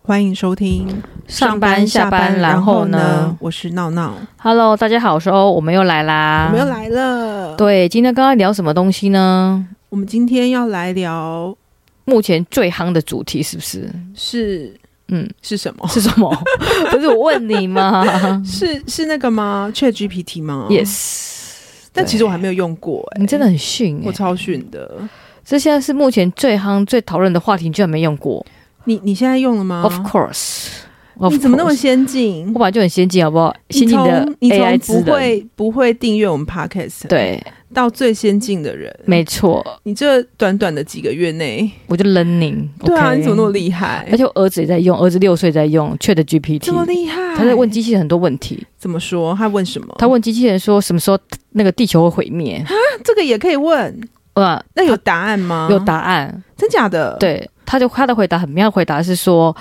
欢迎收听上班下班然后呢？啊我是闹闹， Hello，大家好，我是欧，我们又来啦，我们又。来了。对，今天刚刚聊什么东西呢？我们今天要来聊目前最夯的主题是不是？是嗯，是什么？是什 么？不是我问你吗是是那个吗？Chat GPT 吗？Yes，但对其实我还没有用过、欸，你真的很逊哎、我超逊的。这现在是目前最夯、最讨论的话题，你居然没用过、你你现在用了吗 o f course，, of 啊你怎么那么 course 先进我？本来就很先进，好不好？你先进的从你 AI 从智不能，会不会订阅我们 Podcast，，对，到最先进的人，没错，你这短短的几个月内，我就 learning。对啊，你怎么那么厉厉害而？且我儿子也在用，儿子六岁在用 Chat GPT，这么厉害？他在问机器人很多问题。怎么说？他问什么？他问机器人说什么时候那个地球会毁灭？这个也可以问，哇，那有答案吗？有，答案。真假的？，对，他就他的回答很妙，回答是说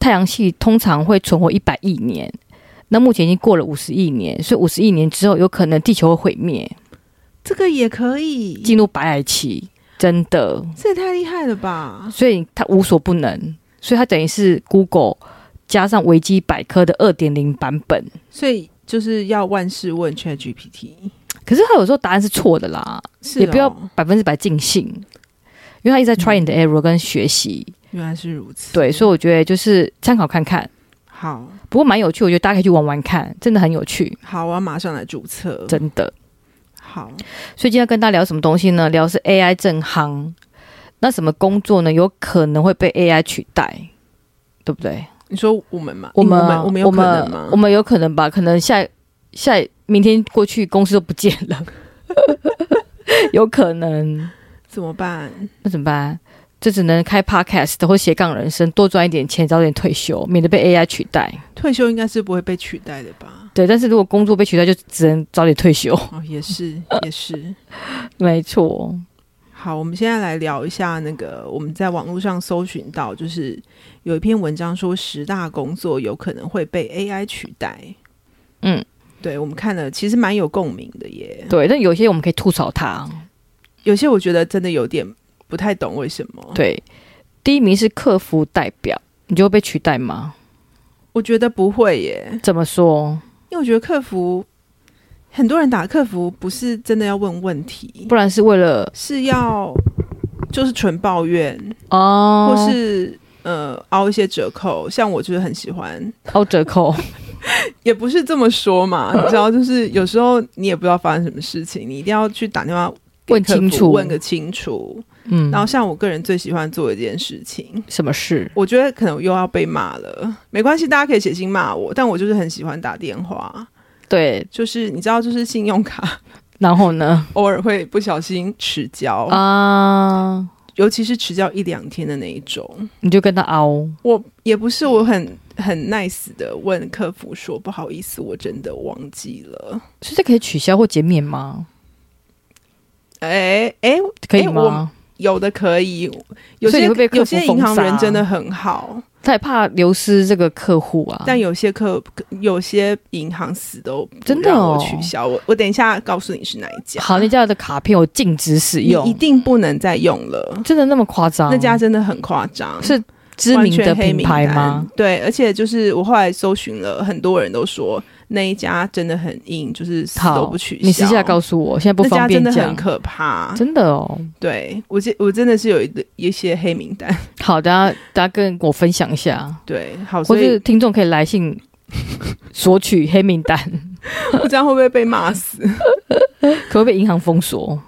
太阳系通常会存活一百亿年，那目前已经过了五十亿年，所以五十亿年之后有可能地球会毁灭，这个也可以，进入白矮期，真的。这也太厉害了吧！所以他无所不能，所以他等于是 Google 加上维基百科的二点零版本。所以就是要万事问 ChatGPT，可是他有时候答案是错的啦，是、哦、也不要百分之百尽信，因为他一直在 try and error 跟学习。原来是如此。对，所以我觉得就是参考看看，好不过蛮有趣，我觉得大家可以去玩玩看，真的很有趣，好，我要马上来注册。真的。好，所以今天要跟大家聊什么东西呢？聊是 AI 正夯，那什么工作呢？有可能会被 AI 取代，对不对？你说我们吗？我们们我们有我可能吗们我？们有可能吧？可能下下明天过去公司都不见了， 有可能。怎么办？那怎么办？这只能开 podcast 或斜杠人生，多赚一点钱，早点退休，免得被 AI 取代。退休应该是不会被取代的吧？对，但是如果工作被取代，就只能早点 退休。哦，也是也是。没错，好，我们现在来聊一下那个我们在网络上搜寻到，就是有一篇文章说十大工作有可能会被 AI 取代。嗯，对，我们看了其实蛮有共鸣的耶。对，但有些我们可以吐槽它。有些我觉得真的有点不太懂为什么。，对，第一名是客服代表，你就会被取代吗？我觉得不会耶，怎么说？因为我觉得客服很多人打客服不是真的要问问题，不然是为了是要就是纯抱怨，哦，或是呃凹一些折扣。像我就是很喜欢凹折 扣。也不是这么说 嘛，你知道，就是有时候你也不知道发生什么事情，你一定要去打电话给问客服清楚问个清楚。嗯，然后像我个人最喜欢做的一件事情，什么事？我觉得可能又要被骂了，没关系，大家可以写信骂我，但我就是很喜欢打电话，对，就是你知道，就是信用卡然后呢？偶尔会不小心迟交，啊，尤其是迟交一两天的那一种，你就跟他凹。我也不是我很。很 nice 的问客服说不好意思，我真的忘记了。所以这可以取消或减免吗？哎、哎、可以哎吗？有的可以，有所些以你会被客服有些银行封人杀真的很好，他也怕流失这个客户啊。但有些客有些银行死都不真的让哦我取消。我我等一下告诉你是哪一家，好，那家的卡片我禁止使你一用，定不能再用了。真的那么夸张？那家真的很夸张，啊是知完名全的黑品名牌单吗？？对，而且就是我后来搜寻了，很多人都说那一家真的很硬，就是死好都不取消。你私下告诉我，现在不那方家便真的讲很。可怕，真的哦，对我这我真的是有一一些黑名单，好，大家大家跟我分享一下，对，好，或所以是听众可以来信索取黑名单，我这样会不会被骂死？可不可以被银行 封锁？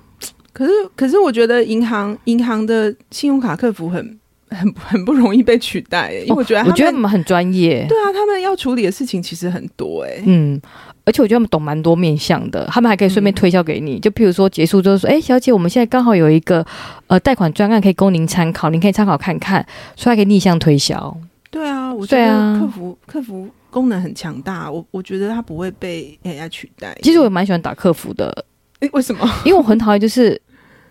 可是，可是我觉得银行银行的信用卡客服很 很很不容易被取代欸，因为我觉得他哦我们、觉得他们很专业，对啊，他们要处理的事情其实很多哎、嗯，而且我觉得他们懂蛮多面向的，他们还可以顺便嗯推销给你。就譬如说结束之后说，哎、小姐，我们现在刚好有一个呃贷款专案可以供您参考，您可以参考看看，所以还可以逆向推销。对啊，我觉对得啊客服、客服功能很强大，我我觉得它不会被 AI 取代。其实我也蛮喜欢打客服的，诶为什么？ 因为我很讨厌就是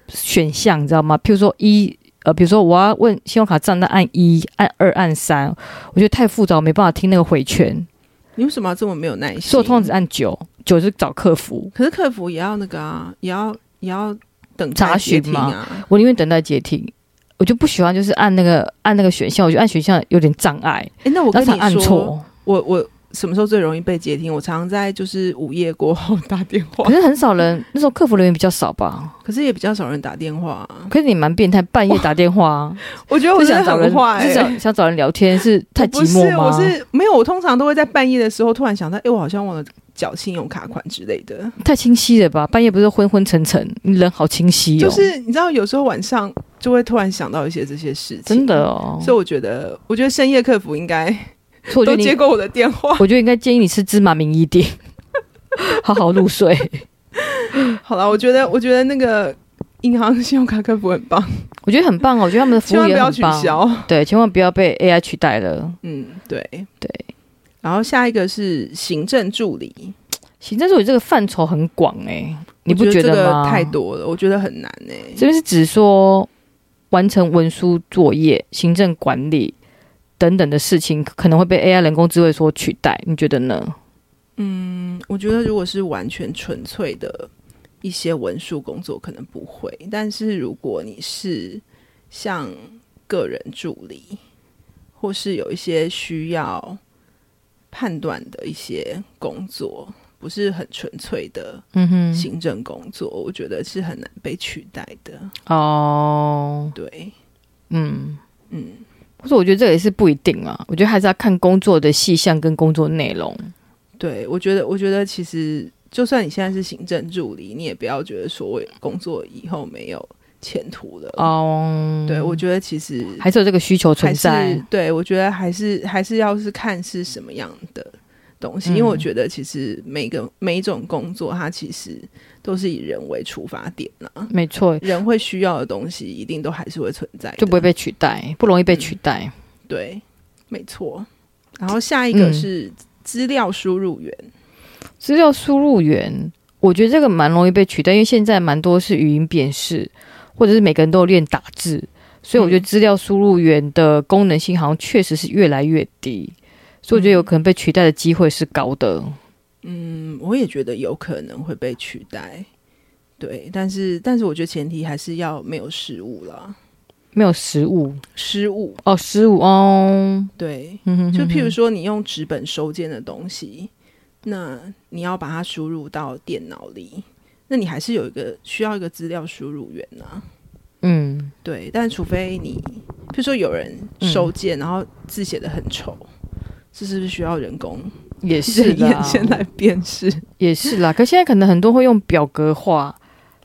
选项，你知道吗？譬如说一。呃，比如说我要问信用卡账单，按一、按二、按三，我觉得太复杂，我没办法听那个回圈，你为什么要这么没有耐心？所以我通常只按九，九是找客服，可是客服也要那个啊，也要也要等待查询接听啊。我宁愿等待接听，我就不喜欢就是按那个按那个选项，我觉得按选项有点障碍，哎，那我跟然后你常按说，错，我我什么时候最容易被接听？我常常在就是午夜过后打电话可，是很少人那时候客服人员比较少吧。可是也比较少人打电话啊、可是你蛮变态，半夜打电话、啊，我 觉得我是真的想找很人，坏、是想想找人聊天，是太寂寞吗？我不是，我是没有。我通常都会在半夜的时候突然想到，哎、我好像忘了缴信用卡款之类的。太清晰了吧？半夜不是昏昏沉沉，你人好清晰就哦，是你知道，有时候晚上就会突然想到一些这些事情，真的。哦。所以我觉得，我觉得深夜客服应该所以我觉都得接你，过我的电话。我觉得应该建议你吃芝麻明一点， 好好入睡。好了，我觉得，我觉得那个银行信用卡客服很棒，我觉得很棒哦，我觉得他们的服千务万不也要很取棒。消。对，千万不要被 AI 取代了。嗯，对对。然后下一个是行政助理，行政助理这个范畴很广哎、你不我觉得这吗？个太多了，我觉得很难哎、这边是指说完成文书作业、行政管理等等的事情，可能会被 AI 人工智慧所取代，你觉得呢？我觉得如果是完全纯粹的一些文书工作，可能不会。但是如果你是像个人助理，或是有一些需要判断的一些工作，不是很纯粹的嗯哼，行政工作，我觉得是很难被取代的。哦，对，嗯。嗯，或者我觉得这个也是不一定啊，我觉得还是要看工作的细项跟工作内容。对，我觉得，我觉得其实就算你现在是行政助理，你也不要觉得说我工作以后没有前途了。哦、对，我觉得其实还是有这个需求存还是在。对，我觉得还是还是要是看是什么样的东西，因为我嗯觉得其实每个每一种工作，它其实都是以人为出发点呢、没错，人会需要的东西，一定都还是会存在的，就不会被取代，不容易被取嗯代。对，没错。然后下一个嗯是资料输入员，资料输入员，我觉得这个蛮容易被取代，因为现在蛮多是语音辨识，或者是每个人都有练打字，所以嗯我觉得资料输入员的功能性好像确实是越来越低，所以我觉得有可能被取代的机会是高的。嗯，我也觉得有可能会被取代。对，但是但是我觉得前提还是要没有失误啦，没有失误失误哦，失误哦，对，嗯哼就譬如说，说，你用纸本收件的东西，那你要把它输入到电脑里，那你还是有一个需要一个资料输入源啊。嗯，对，但除非你，譬如说有人收件，然后字写的很丑，这是不是需要人工 也是 字啊眼啦，先来辨 识？也是啦。可现在可能很多会用表格化，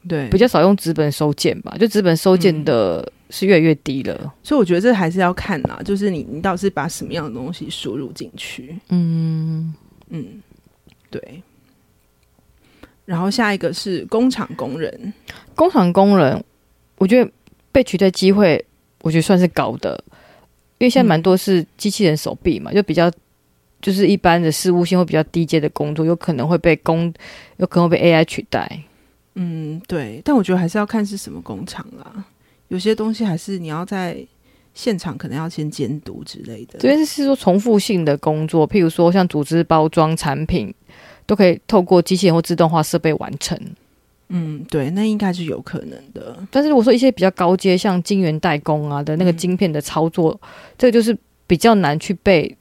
对比，较少用纸本收件吧，就纸本收件的是越来越低了。所以我觉得这还是要看啦，就是你你到底是把什么样的东西输入进去。嗯，嗯，对。然后下一个是工厂工人。工厂工人，我觉得被取代机会，我觉得算是高的，因为现在蛮多是机器人手臂嘛，就比较就是一般的事务性会比较低阶的工作，有可能会被工，有可能会被 AI 取代。嗯，对，但我觉得还是要看是什么工厂啦，有些东西还是你要在现场可能要先监督之类的。这边是说重复性的工作，譬如说像组织包装产品，都可以透过机器人或自动化设备完成。嗯，对，那应该是有可能的。但是如果说一些比较高阶，像晶圆代工啊的那个嗯晶片的操作，这个就是比较难去被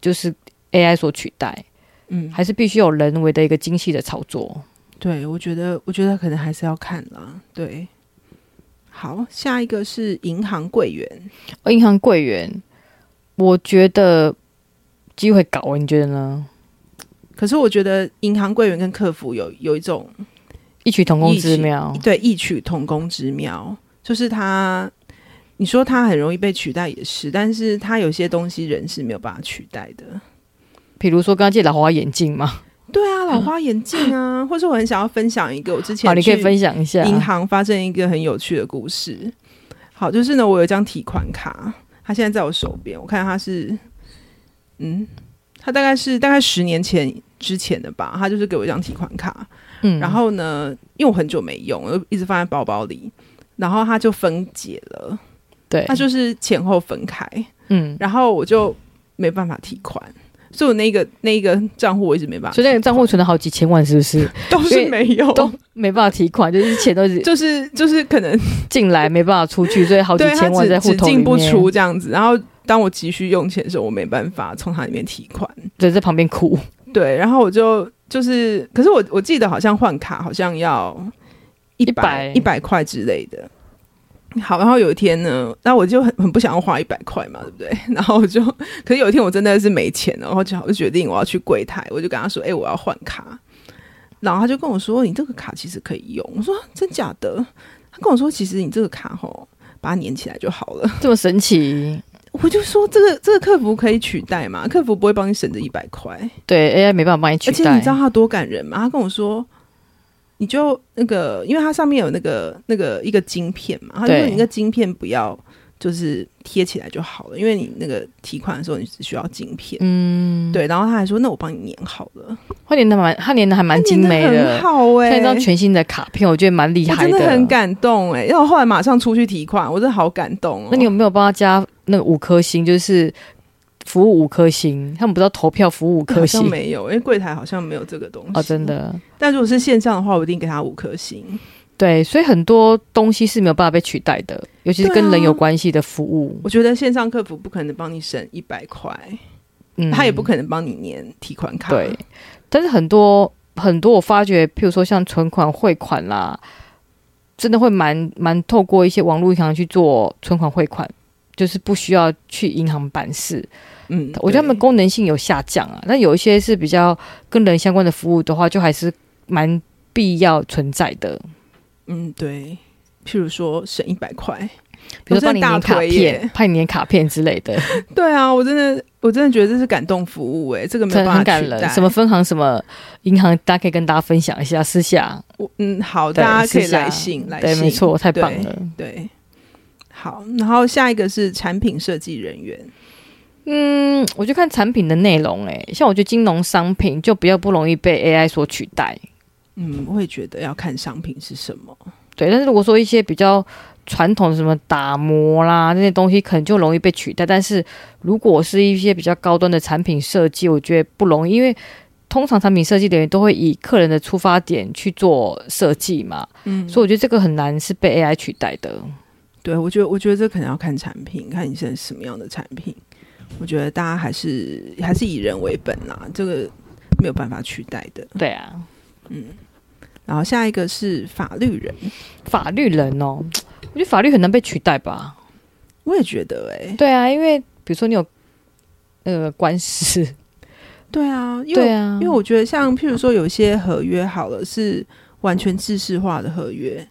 就是 AI 所取代，嗯，还是必须有人为的一个精细的操作。对，我觉得，我觉得可能还是要看啦。对，好，下一个是银行柜员。而哦银行柜员，我觉得机会高，你觉得呢？可是我觉得银行柜员跟客服有有一种异曲同工异之曲妙，对异曲同工之妙，就是他，你说他很容易被取代也是，但是他有些东西人是没有办法取代的。比如说刚刚借老花眼镜嘛，对啊，老花眼镜啊， 或是我很想要分享一个我之前嗯好，你可以去分享一下。银行发生一个很有趣的故事。好，就是呢，我有一张提款卡，它现在在我手边，我看它是，嗯，它大概是大概十年前之前的吧，它就是给我一张提款卡，嗯然后呢，因为我很久没用，我就一直放在包包里，然后它就分解了，对，它就是前后分开，嗯，然后我就没办法提款，所以我那个那个账户我一直没办法，所以那个账户存了好几千万，是不 是都是没有，都没办法提款？就是钱都是就是就是可能进来没办法出去，所以好几对他千万在只户只头里进不面，出这样子，然后当我急需用钱的时候，我没办法从它里面提款。对，在旁边哭。对，然后我就就是，可是我我记得好像换卡好像要一百100一百块之类的。好，然后有一天呢，那我就很很不想要花一百块嘛，对不对？ 然后我就，可是有一天我真的是没钱了，然后就我就决定我要去柜台，我就跟他说：“哎、我要换卡。”然后他就跟我说：“你这个卡其实可以用。”我说：“真假的？”他跟我说：“其实你这个卡吼，把它粘起来就好了。” 这么神奇。我就说：“这个这个客服可以取代嘛？客服不会帮你省这一百块。”对 AI 没办法帮你取而且你代知，道他多感人吗？他跟我说，你就那个，因为它上面有那个那个一个晶片嘛，他就对说你那个晶片不要就是贴起来就好了，因为你那个提款的时候你只需要晶片。嗯，对，然后他还说，那我帮你粘好了，他粘的蛮，他粘的还蛮精美他粘得很的，好哎、像欸，一张全新的卡片，我觉得蛮厉我害真的很感动哎、欸，然后后来马上出去提款，我真的好感动哦。那你有没有帮他加那个五颗星？就是服务五颗星，他们不知道投票服务五颗好像星没有，因为柜台好像没有这个东西哦，真。的。但如果是线上的话，我一定给他五颗星。对，所以很多东西是没有办法被取代的，尤其是对跟啊人有关系的服务。我觉得线上客服不可能帮你省一百块，嗯，他也不可能帮你粘提款卡。对，但是很多很多我发觉，譬如说像存款、汇款啦，真的会蛮蛮透过一些网络银行去做存款汇款，就是不需要去银行办事。嗯，我觉得他们对功能性有下降啊，但有一些是比较跟人相关的服务的话，就还是蛮必要存在的，嗯对，譬如说省一百块，比如我说帮真你的大粘卡腿片耶，，派你粘卡片之类的，对啊，我真的我真的觉得这是感动服务哎、 这个没有真的办很法感取代。人。什么分行、什么银行，大家可以跟大家分享一下，私下我？嗯，好，对大家可以私下来信来对，信，没错，太棒了。对。好，然后下一个是产品设计人员，嗯，我就看产品的内容、欸，像我觉得金融商品就比较不容易被 AI 所取代，嗯，我也觉得要看商品是什么，对。但是如果说一些比较传统的什么打磨啦那些东西，可能就容易被取代。但是如果是一些比较高端的产品设计，我觉得不容易，因为通常产品设计的人都会以客人的出发点去做设计嘛，嗯，所以我觉得这个很难是被 AI 取代的。对我觉得我觉得这可能要看产品，看你是什么样的产品，我觉得大家还是还是以人为本啦，这个没有办法取代的。对啊，然后下一个是法律人，法律人哦，我觉得法律很难被取代吧。我也觉得哎、对啊，因为比如说你有呃官司，对啊，因为对啊，因为我觉得像譬如说有些合约好了是完全制式化的合约，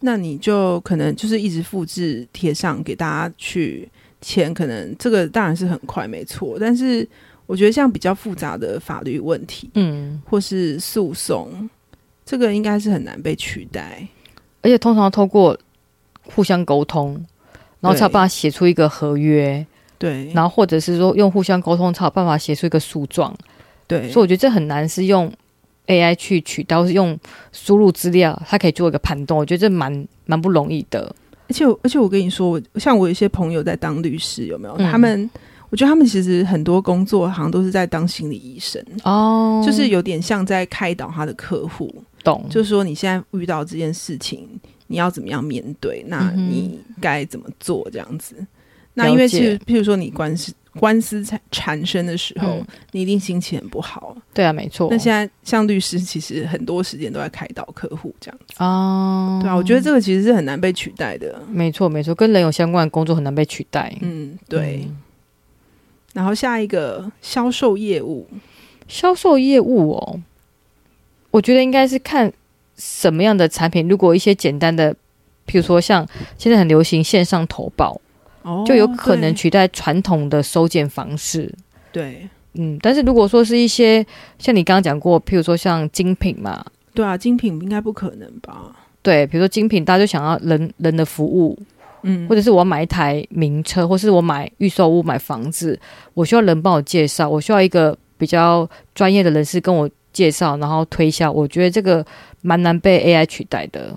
那你就可能就是一直复制贴上给大家去签，可能这个当然是很快没错，但是我觉得像比较复杂的法律问题嗯，或是诉讼，这个应该是很难被取代。而且通常要透过互相沟通，然后才有对办法写出一个合约，对，然后或者是说用互相沟通才有办法写出一个诉状。对所以，我觉得这很难是用 AI 去取代，或是用输入资料，它可以做一个判断。我觉得这蛮蛮不容易的。而且而且我跟你说，我像我有一些朋友在当律师，有没有？嗯他们我觉得他们其实很多工作好像都是在当心理医生，哦嗯就是有点像在开导他的客户，懂，就是说你现在遇到这件事情，你要怎么样面对？那嗯哼你该怎么做？这样子。那因为其实了譬如说你官司官司产产生的时候，嗯你一定心情很不好。对啊，没错。那现在像律师，其实很多时间都在开导客户，这样子。哦，对啊，我觉得这个其实是很难被取代的。没错没错，跟人有相关的工作很难被取代。嗯，对。嗯然后下一个销售业务，销售业务哦，我觉得应该是看什么样的产品。如果一些简单的，譬如说像现在很流行线上投保，哦就有可能取代传统的收件方式。对对嗯，但是如果说是一些像你刚刚讲过，譬如说像精品嘛，对啊，精品应该不可能吧？对，比如说精品，大家就想要人人的服务，嗯或，者是我要买一台名车，或是我买预售屋、买房子，我需要人帮我介绍，我需要一个比较专业的人士跟我介绍，然后推销。我觉得这个蛮难被 AI 取代的。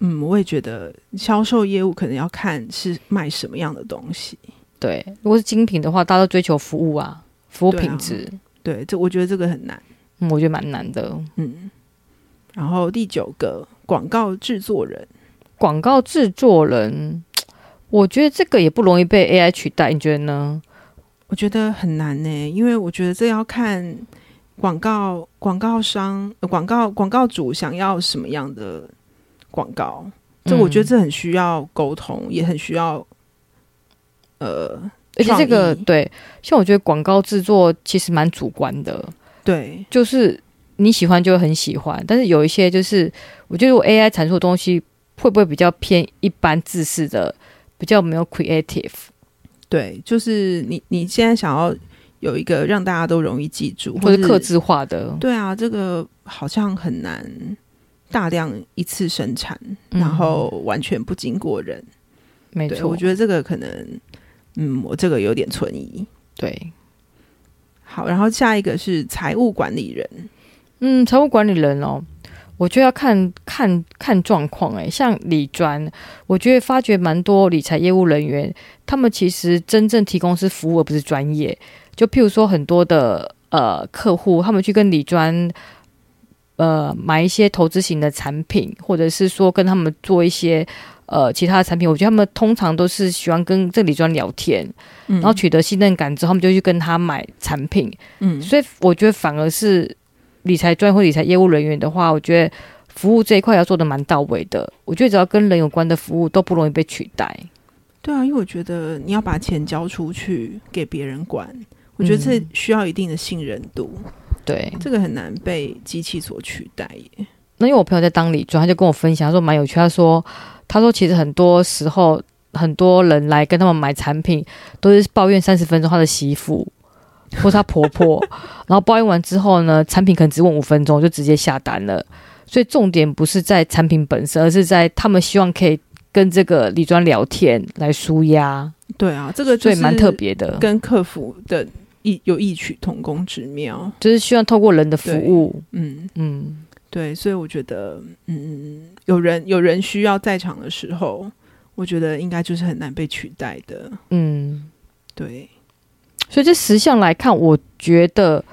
嗯，我也觉得销售业务可能要看是卖什么样的东西。对，如果是精品的话，大家都追求服务啊，服务对啊品质。对，这我觉得这个很难。嗯，我觉得蛮难的。嗯，然后第九个广告制作人，广告制作人，我觉得这个也不容易被 AI 取代，你觉得呢？我觉得很难呢、因为我觉得这要看广告广告商、呃广告广告主想要什么样的广告。这我觉得嗯这很需要沟通，也很需要呃，而且这个创意对，像我觉得广告制作其实蛮主观的，对就是你喜欢就会很喜欢，但是有一些就是我觉得我 AI 阐述的东西会不会比较偏一般自私的，比较没有 creative。对，就是你你现在想要有一个让大家都容易记住，或或者克制化的，对啊，这个好像很难大量一次生产，嗯然后完全不经过人。没对，错，我觉得这个可能，嗯，我这个有点存疑。对，好，然后下一个是财务管理人，嗯，财务管理人哦，我觉得要看看看状况哎，像理专，我觉得发觉蛮多理财业务人员，他们其实真正提供是服务而不是专业，就譬如说很多的呃客户，他们去跟理专。呃，买一些投资型的产品，或者是说跟他们做一些呃其他的产品，我觉得他们通常都是喜欢跟这理专聊天，嗯然后取得信任感之后，他们就去跟他买产品，嗯所以我觉得反而是理财专业或理财业务人员的话，我觉得服务这一块要做的蛮到位的。我觉得只要跟人有关的服务都不容易被取代。对啊，因为我觉得你要把钱交出去给别人管，我觉得这嗯需要一定的信任度，对，这个很难被机器所取代耶。那因为我朋友在当理专，他就跟我分享，他说蛮有趣。他说，他说其实很多时候很多人来跟他们买产品，都是抱怨三十分钟他的媳妇或是他 婆婆，然后抱怨完之后呢，产品可能只问五分钟就直接下单了。所以重点不是在产品本身，而是在他们希望可以跟这个理专聊天来舒压，对啊，这个所就以是蛮特别的，跟客服的异有异曲同工之妙。就是希望透过人的服务，嗯，嗯，对，所以我觉得，嗯，有人有人需要在场的时候，我觉得应该就是很难被取代的。嗯。对，所以这十项来看，我觉得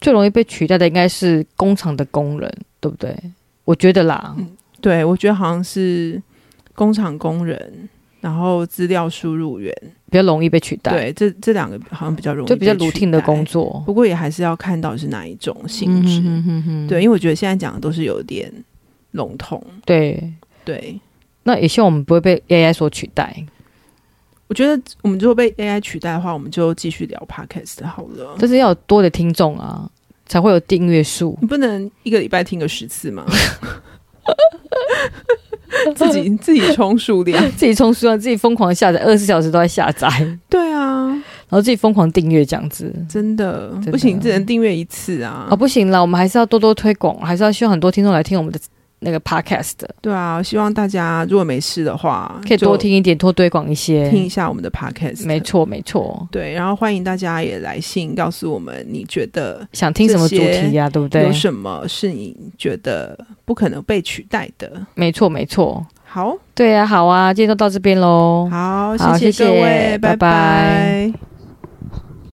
最容易被取代的应该是工厂的工人，对不对？我觉得啦，嗯对我觉得好像是工厂工人，然后资料输入员，比较容易被取代，，对，这这两个好像比较容易，就比较 routine 的工，作不过也还是要看到底是哪一种性质。嗯哼哼哼对，因为我觉得现在讲的都是有点笼统。对。对，那也希望我们不会被 AI 所取代，嗯我觉得我们如果被 AI 取代的话，我们就继续聊 podcast 好了。但是要有多的听众啊，才会有订阅数。你不能一个礼拜听个十次 吗？自己自己冲数 量，自己充数量，自己疯狂地下载，二十四小时都在下 载，然对啊，后自己疯狂订阅这样子。真的真的不行，只能订阅一次啊啊、。不行啦，我们还是要多多推广，还是要希望很多听众来听我们的那个 podcast，对啊，希望大家如果没事的话，可以多就听一点，多推广一些。听一下我们的 podcast。没错，没错。对，然后欢迎大家也来信告诉我们，你觉得想听什么主题呀、对不对有？什么是你觉得不可能被取代的？没错，没错。好，对呀、好啊，今天就到这边喽。好，好谢谢谢各位，拜拜拜